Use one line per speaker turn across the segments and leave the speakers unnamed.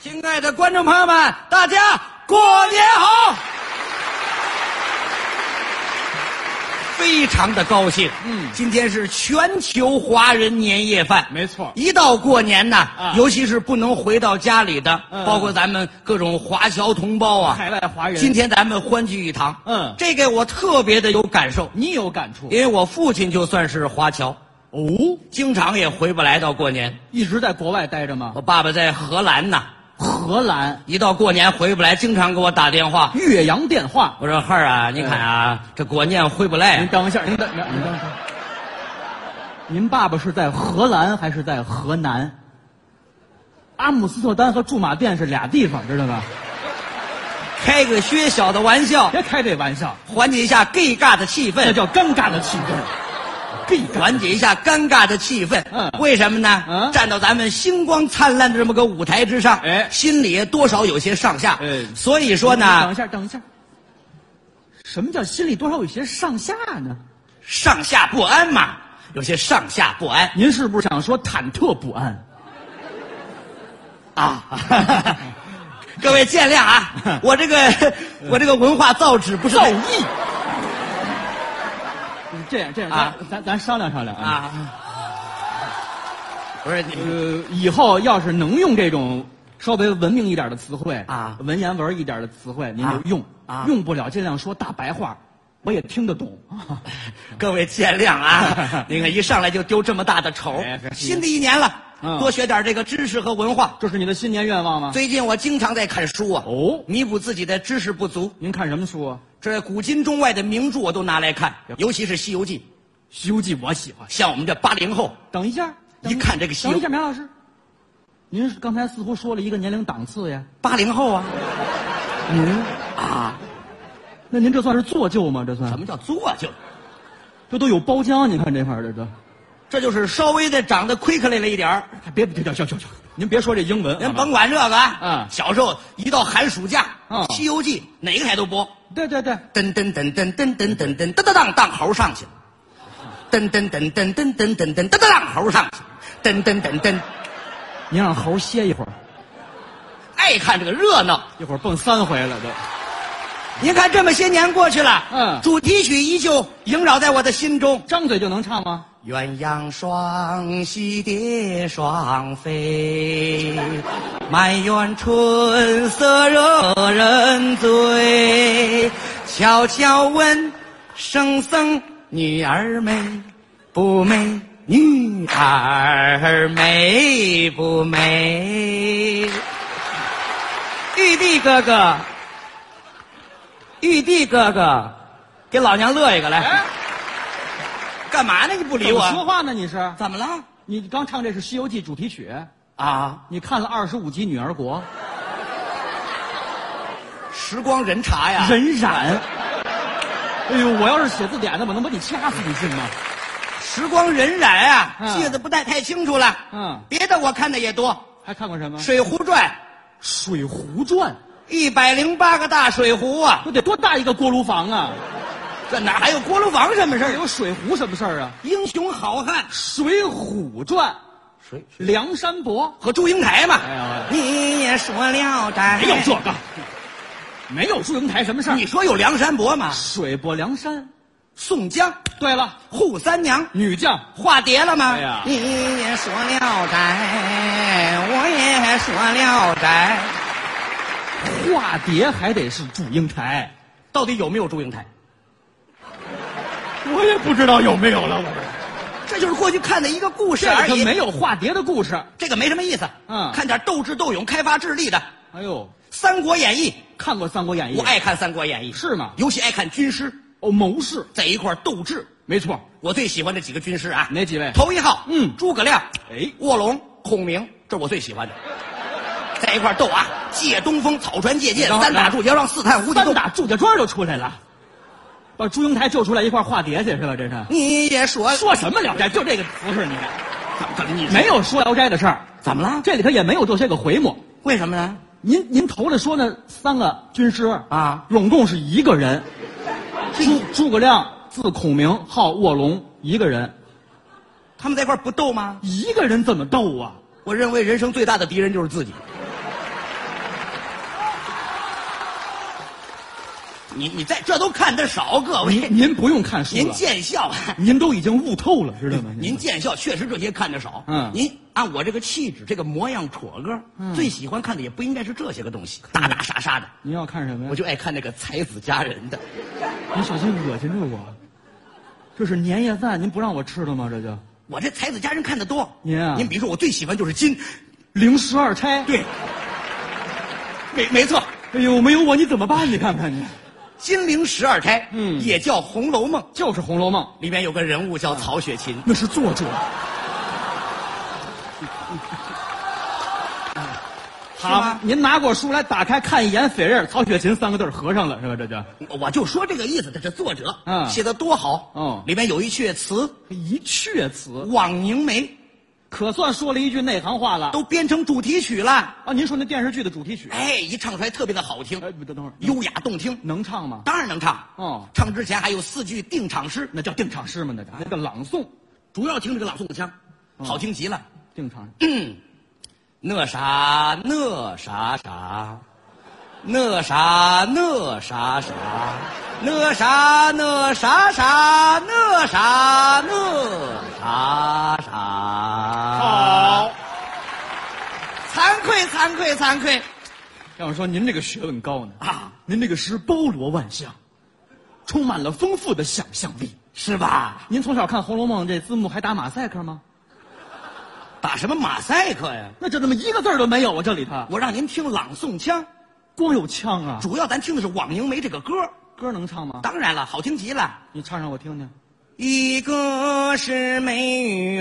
亲爱的观众朋友们，大家过年好！非常的高兴，嗯，今天是全球华人年夜饭，
没错
一到过年呐，
啊
尤其是不能回到家里的，
嗯
包括咱们各种华侨同胞啊，
海外华人
今天咱们欢聚一堂，
嗯
这个我特别的有感受，
你有感触
因为我父亲就算是华侨，
哦？
经常也回不来到过年。
一直在国外待着吗？
我爸爸在荷兰呐，
荷兰
一到过年回不来，经常给我打电话。
岳阳电话。
我说孩儿
嗯
啊，你看啊，这过年回不来
您
啊，
等一下，您等，您等一下。您爸爸是在荷兰还是在河南？阿姆斯特丹和驻马店是俩地方，知道吧？
开个薛小的玩笑，
别开这玩笑，
缓解一下尴尬的气
那
氛，
叫尴尬的气氛。必尴
缓解一下尴尬的气氛。
嗯
为什么呢？
嗯
站到咱们星光灿烂的这么个舞台之上，
哎
心里多少有些上下。
哎
所以说
等
呢
一，下，等一下。什么叫心里多少有些上下呢？
上下不安嘛，有些上下不安
您是不是想说忐忑不安？
啊。 各位见谅啊，我这个我这个文化造诣不是
嗯造
太
诣。这样这样
啊
咱咱咱商量商量啊。
啊，不是你们
呃，以后要是能用这种稍微文明一点的词汇
啊
文言文一点的词汇，您就
啊
用
啊
用不了尽量说大白话，我也听 得懂。
各位见谅 啊！你看一上来就丢这么大的丑
哎别，
新的一年了，
嗯
多学点这个知识和文化。
这是你的新年愿望吗？
最近我经常在看书啊，
哦
弥补自己的知识不足。
您看什么书啊？
这古今中外的名著我都拿来看，尤其是《西游记》。
《西游记》我喜欢。
像我们这八零后，
等一下，等
一看这个西游
等一下，苗老师，您是刚才似乎说了一个年龄档次呀？
八零后啊，
嗯，
啊，
那您这算是做旧吗？这算
什么叫做就？
这都有包浆，你看这块儿的这。
这就是稍微的长得亏克累了一点儿。
别别别，行行行，您别说这英文，
您甭管这个啊，
嗯
小时候一到寒暑假，
嗯
西游记》哪个台都播。
对对对，
噔噔噔噔噔噔噔噔噔噔当当猴上去了，噔噔噔噔噔噔噔噔噔当猴上去，噔噔噔噔，
您让猴歇一会儿，
爱看这个热闹。
一会儿蹦三回了都。
您看这么些年过去了，
嗯
主题曲依旧萦绕在我的心中。
张嘴就能唱吗？
鸳鸯双栖蝶双飞，满园春色惹人醉。悄悄问圣僧：女儿美不美？女儿美不美？玉帝哥哥，玉帝哥哥，给老娘乐一个来！干嘛呢？你不理
怎
我？
么说话呢？你是？
怎么了？
你刚唱这是《西游记》主题曲，
啊，
你看了二十五集《女儿国
时光荏茶》，呀！
人染。哎呦，我要是写字典的，我能把你掐死，你信吗？
时光荏苒啊，
嗯
记得不太太清楚了。
嗯
别的我看的也多，
还看过什么？
《
《
水浒传
水浒传》》
一百零八个大水壶啊，
那得多大一个锅炉房啊！
这哪还有锅炉房什么事
这
儿？
有水浒什么事儿啊？
英雄好汉
《水浒传》，
水
梁山伯。
和祝英台嘛。
哎呀
你也说聊斋，
没有这个，没有祝英台什么事儿。
哎你说有梁山伯吗？
水泊梁山。
宋江、
对了，
扈三娘。
女将
化蝶了吗？
哎呀
你也说《聊斋》，我也说《聊斋
化蝶还得是祝英台，》，
到底有没有祝英台？
我也不知道有没有了。我
这就是过去看的一个故事
这
而
可
已，
没有化蝶的故事。
这个没什么意思。
嗯
看点斗智斗勇、开发智力的《
哎呦，
三国演义
看过《三国演义》？
我爱看《三国演义》，
哎是啊吗
尤其爱看军师
哦，谋士，
在一块儿斗智。
没错。
我最喜欢这几个军师啊，
哪几位
头一号，
嗯
诸葛亮，
哎
卧龙、孔明，这是我最喜欢的，在一块儿斗啊，借东风，草船借箭
哎然，后
三打祝家庄，四探胡
不
骑
单
斗。
打祝家庄就出来了，把祝英台救出来一块儿化蝶去是吧？这是
你也说
说什么《聊斋》？就这个不是你，
怎么怎么你
没有说《聊斋》的事儿，
怎么了？
这里头也没有这些个回目。
为什么呢？
您您头里说那三个军师
啊
拢共是一个人，诸诸葛亮字孔明，号卧龙，一个人，
他们在一块儿不斗吗？
一个人怎么斗啊？
我认为人生最大的敌人就是自己。你你在这都看得少，各位，
您您不用看书了，
哦您见笑，
您都已经悟透了，知道吗？
您见笑确实这些看得少。
嗯
您按我这个气质、这个模样、戳个，最喜欢看的也不应该是这些个东
嗯
西，打打杀杀的，
您要看什么呀
我？就爱看那个才子佳人的。
您小心恶心着我。这是年夜饭，您不让我吃了吗？这就
我这才子佳人看得多。
您啊
您比如说我最喜欢就是金，
零十二钗。
对，没没错，
哎呦，没有我你怎么办？你看看你，
金陵十二钗，
嗯
也叫《红楼梦》，
就是《红楼梦》，
里面有个人物叫曹雪芹。
那是作 者。
是吗
好，您拿过书来，打开看一眼，斐认曹雪芹三个字儿合上了，是吧？这
哎
就
我就说这个意思，这这作者
嗯
写的多好。
哦
里面有一阙词
一阙词
《枉凝眉》，
可算说了一句内行话了。
都编成主题曲了。
啊，您说那电视剧的主题曲？
哎，一唱出来特别的好听，
哎，不等等会儿，
优雅动听，
能唱吗？
当然能唱。
哦
唱之前还有四句定场诗，
那叫定场诗吗？那叫那叫朗诵，
主要听这个朗诵腔，
哦
好听极了。
定场诗。
那啥那啥啥，那啥那啥啥，那啥那啥啥，那啥那啥啥。好，
好，
惭愧惭愧惭愧。
要我说您这个学问高呢
啊，
您这个诗包罗万象，充满了丰富的想象力。
是吧？
您从小看《红楼梦》这字幕还打马赛克吗？
打什么马赛克呀？
那就这么一个字儿都没有啊！这里头
我让您听朗诵腔，
光有腔啊，
主要咱听的是《枉凝眉》这个歌。
歌能唱吗？
当然了，好听极了。
你唱唱我听听。
一个是美玉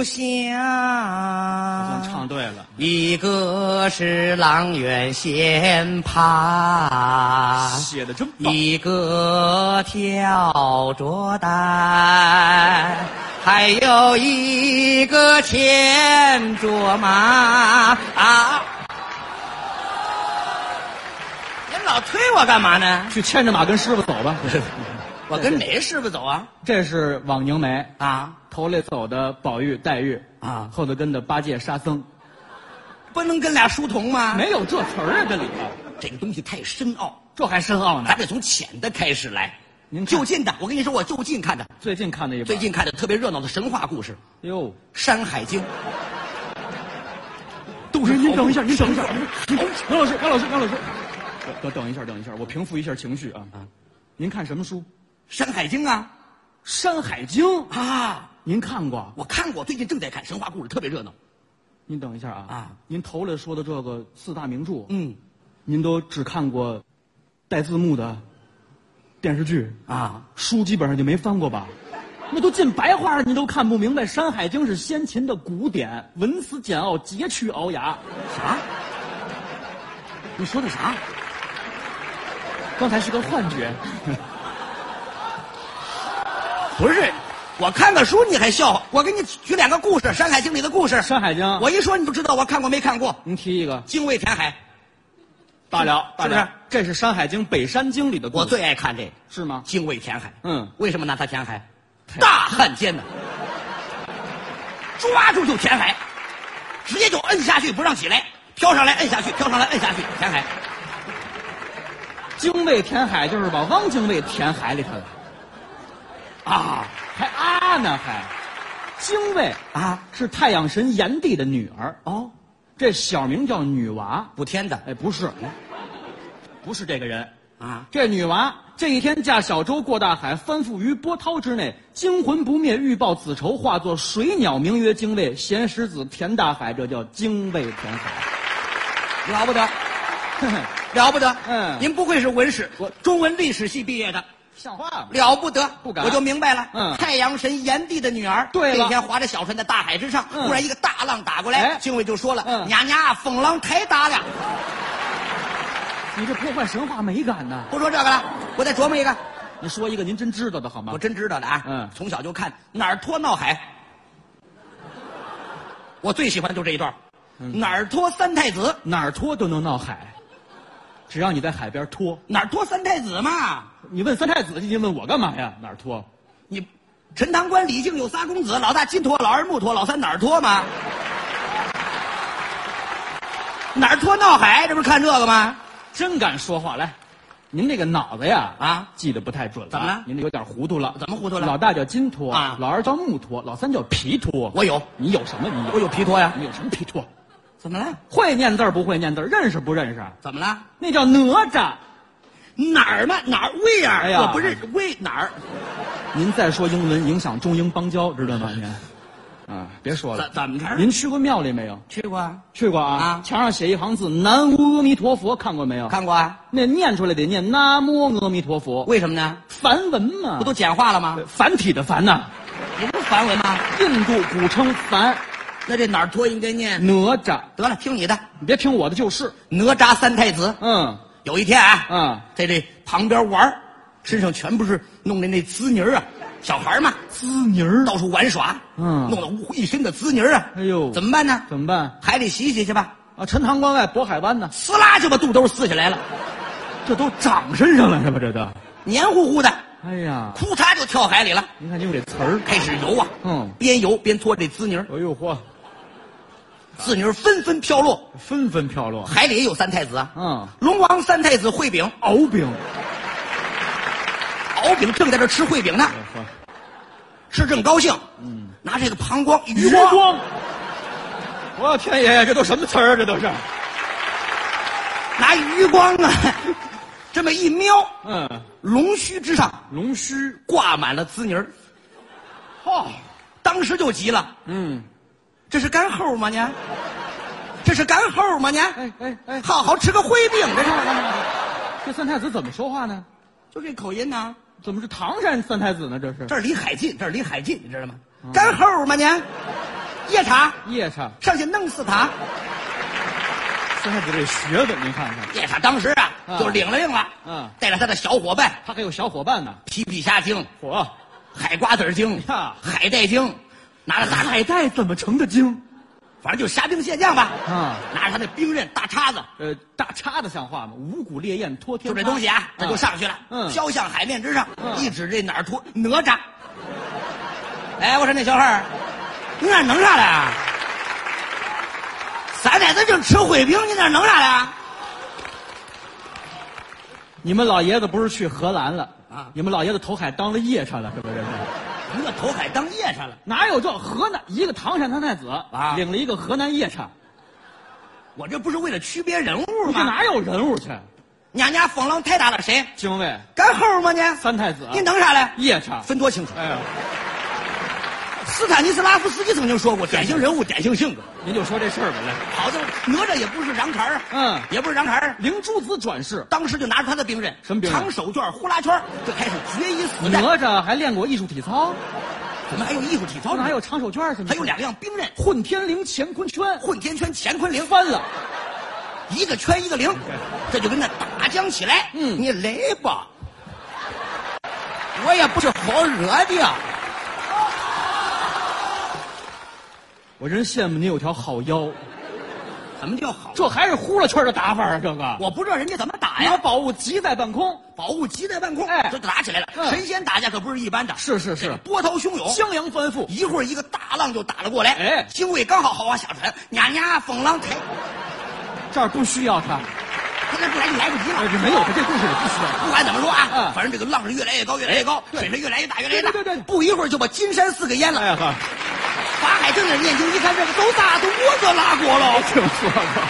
无
算
瑕，
唱对了，
一个是阆苑仙葩，
写的真棒。
一个挑着担，还有一个牵着马。啊！您老推我干嘛呢？
去牵着马跟师傅走吧。
我跟哪个师傅走啊？
这是枉凝眉，
啊，
头里走的宝玉、黛玉
啊
后头跟的八戒、沙僧，
不能跟俩书童吗？
没有这词儿啊，这里头，
这个东西太深奥，
这还深奥呢
咱。得从浅的开始来。
您看
就近的，我跟你说，我就近看的，
最近看的一本，
最近看的特别热闹的神话故事
哟，
《山海经》。
都
是
是您
好
等一下，
故
您
事
等一下，杨老师，杨老师，杨老师，等等一下，等一下，我平复一下情绪啊。啊，您看什么书？《
《山海经》啊
山海经》，
啊，
您看过？
我看过，最近正在看神话故事，特别热闹。
您等一下啊。
啊，
您头里说的这个四大名著，
嗯
您都只看过带字幕的电视剧，
啊，
书基本上就没翻过吧？那都进白话了，你都看不明白。《山海经》是先秦的古典，文辞简奥，佶屈聱牙。
啥？你说的啥？
刚才是个幻觉，
不是，我看个书你还笑话？我给你举两个故事，《山海经》里的故事。
《山海经》
我一说你就知道我看过没看过，《
您提一个
精卫填海》，
大辽，大
是不
辽
是，
这是《山海经》北山经里的故事，
我最爱看这个。
是吗？
精卫填海。
嗯
为什么拿它填海？大汉奸呐，抓住就填海，直接就摁下去，不让起来，飘上来摁下去，飘上来摁下去，填海。
精卫填海就是把汪精卫填海里头了，
啊
还啊呢还，精卫
啊
是太阳神炎帝的女儿，
哦，
这小名叫女娃。
补天的
哎，不是， 不是这个人。
啊，
这女娃这一天驾小舟过大海，翻覆于波涛之内，惊魂不灭，欲报子仇，化作水鸟，名曰精卫，衔石子填大海，这叫精卫填海。
了不得， 了不得。
嗯
您不愧是文史，
我
中文历史系毕业的。
像话吗？
了不得，
不敢
我就明白了。
嗯
太阳神炎帝的女儿，
对了
那天划着小船在大海之上，
嗯
突然一个大浪打过来，
哎
精卫就说了：“
嗯
娘娘，风浪太大了。”
你这破坏神话美感呐！
不说这个了，我再琢磨一个，
你说一个您真知道的好吗
我？真知道的啊。
嗯
从小就看哪儿拖闹海，我最喜欢的就这一段儿，哪儿拖三太子，
哪儿拖都能闹海，只要你在海边拖。
哪儿拖三太子嘛。
你问三太子，你问我干嘛呀？哪儿拖？
你陈塘关李靖有仨公子，老大金拖，老二木拖，老三哪儿拖嘛？哪儿拖闹海，这不是看这个吗？
真敢说话来！您这个脑子呀
啊
记得不太准了，
怎么了
您这有点糊涂了。
怎么糊涂了
老大叫金托
啊
老二叫木托，老三叫皮托。
我有
你有什么？你有
我有皮托呀
你有什么皮托？
怎么了？
会念字儿不会念字儿？认识不认识啊？
怎么了？
那叫哪吒。
哪儿嘛？哪儿？Where？、
哎呀
我不认识 Where 哪儿？
您再说英文影响中英邦交，知道吗？您，啊，别说了
怎。怎么着？
您去过庙里没有？
去过啊？
去过啊？
啊
墙上写一行字“南无阿弥陀佛”，看过没有？
看过啊？
那念出来得念“南无阿弥陀佛
为什么呢”，？
梵文嘛，
不都简化了吗？
繁体的繁呐、
你不是梵文吗？
印度古称梵
那这哪儿托应该念？
哪吒，
得了，听你的。
你别听我的就是，
哪吒三太子
嗯
有一天啊，
嗯，
在这旁边玩儿身上全部是弄的那滋泥儿啊，小孩儿嘛，
滋泥儿
到处玩耍，
嗯
弄得一身的滋泥儿啊，
哎呦
怎么办呢？
怎么办
海里洗洗去吧，
啊？陈塘关外渤海湾呢，
撕拉就把肚兜撕下来了，
这都长身上了是吧？这都，
黏糊糊的，
哎呀，
哭嚓就跳海里了，
您看就这词儿，
开始游啊，
嗯，
边游边搓这滋泥儿，
哎呦嚯，
滋泥儿纷纷飘落，
纷纷飘落，
海里也有三太子啊，
嗯，
龙王三太子烩饼，
敖丙，
敖丙正在这吃烩饼呢，
哎嚯
吃正高兴，嗯，拿这个膀胱
余
余光
光，我天爷呀，这都什么词儿啊？这都是，
拿余光啊， 这么一瞄，
嗯，
龙须之上
龙须，
挂满了滋泥儿，
嚯，
当时就急了，
嗯，
这是干猴吗你？这是干猴吗你？
哎哎哎，
好好吃个烩饼，这是
这三太子怎么说话呢？
就这口音呢？
怎么是唐山三太子呢？这是
这儿离海近，这儿离海近，你知道吗？
嗯
干猴吗你？夜叉
夜叉。
上去弄死他！
三太子这学问，您看看，
夜叉当时啊
啊
就领了令了，
嗯
带着他的小伙伴
他还有小伙伴呢。
皮皮虾精、
火，
海瓜子精、
呀嗯
海带精，拿着大海带，
带怎么成的精？
反正就虾兵蟹将吧。
啊
拿着他那兵刃、大叉子，
呃，大叉子像话吗？五谷烈焰托天
就
叉，
这东西啊，他就上去了，
嗯
飘向海面之上，
嗯
一指这哪儿脱哪吒。哎，我说那小孩儿，你那能啥来啊？三太子正吃烩饼，你那能啥来啊？
你们老爷子不是去荷兰了
啊
你们老爷子投海当了夜叉了，是不是？
一个投海当夜叉了，
哪有这河南一个唐山三太子
啊
领了一个河南夜叉，
我这不是为了区别人物
这
吗？
哪有人物去？
娘家风浪太大了，谁
精卫
干猴吗你？
三啊太子，
你能啥来？
夜叉，
分多清楚。
哎呀，
斯坦尼斯拉夫斯基曾经说过，典型人物，典型性格。
您就说这事儿吧，来，
好的，哪吒也不是瓤坎儿，啊
嗯
也不是瓤坎儿，
灵珠子转世，
当时就拿出他的兵刃，
什么兵刃嗯
长手绢、呼啦圈，就开始决一死战。
哪吒还练过艺术体操，
怎么还有艺术体操？
嗯哪有？长手绢什么的？
还有两样兵刃，
混天绫乾坤圈，
混天圈、乾坤铃，
翻了。
一个圈一个铃，这就跟那打将起来。
嗯
你来吧，我也不是好惹的。
我真羡慕你有条好腰，
怎么叫好？
这还是呼啦圈的打法啊！这个，
我不知道人家怎么打
你把
呀。
宝物急在半空，
宝物急在半空，
嗯哎
这就打起来了。
嗯
神仙打架可不是一般的，
是是是
这波涛汹涌，
襄阳翻覆，
一会儿一个大浪就打了过来，
哎
精卫刚好好往下船，呀呀，风浪抬，
这儿不需要他，
他这来就来不及
哎
了。
这没有他这故事里不需要他。
不管怎么说啊，
嗯
反正这个浪是越来越高，越来越高，
哎对
水是越来越大，越来越大，
对对对对
不一会儿就把金山寺给淹了。
哎呀呵，哎
法海正在念经，一看这个都大都我可拉锅了，
听说过，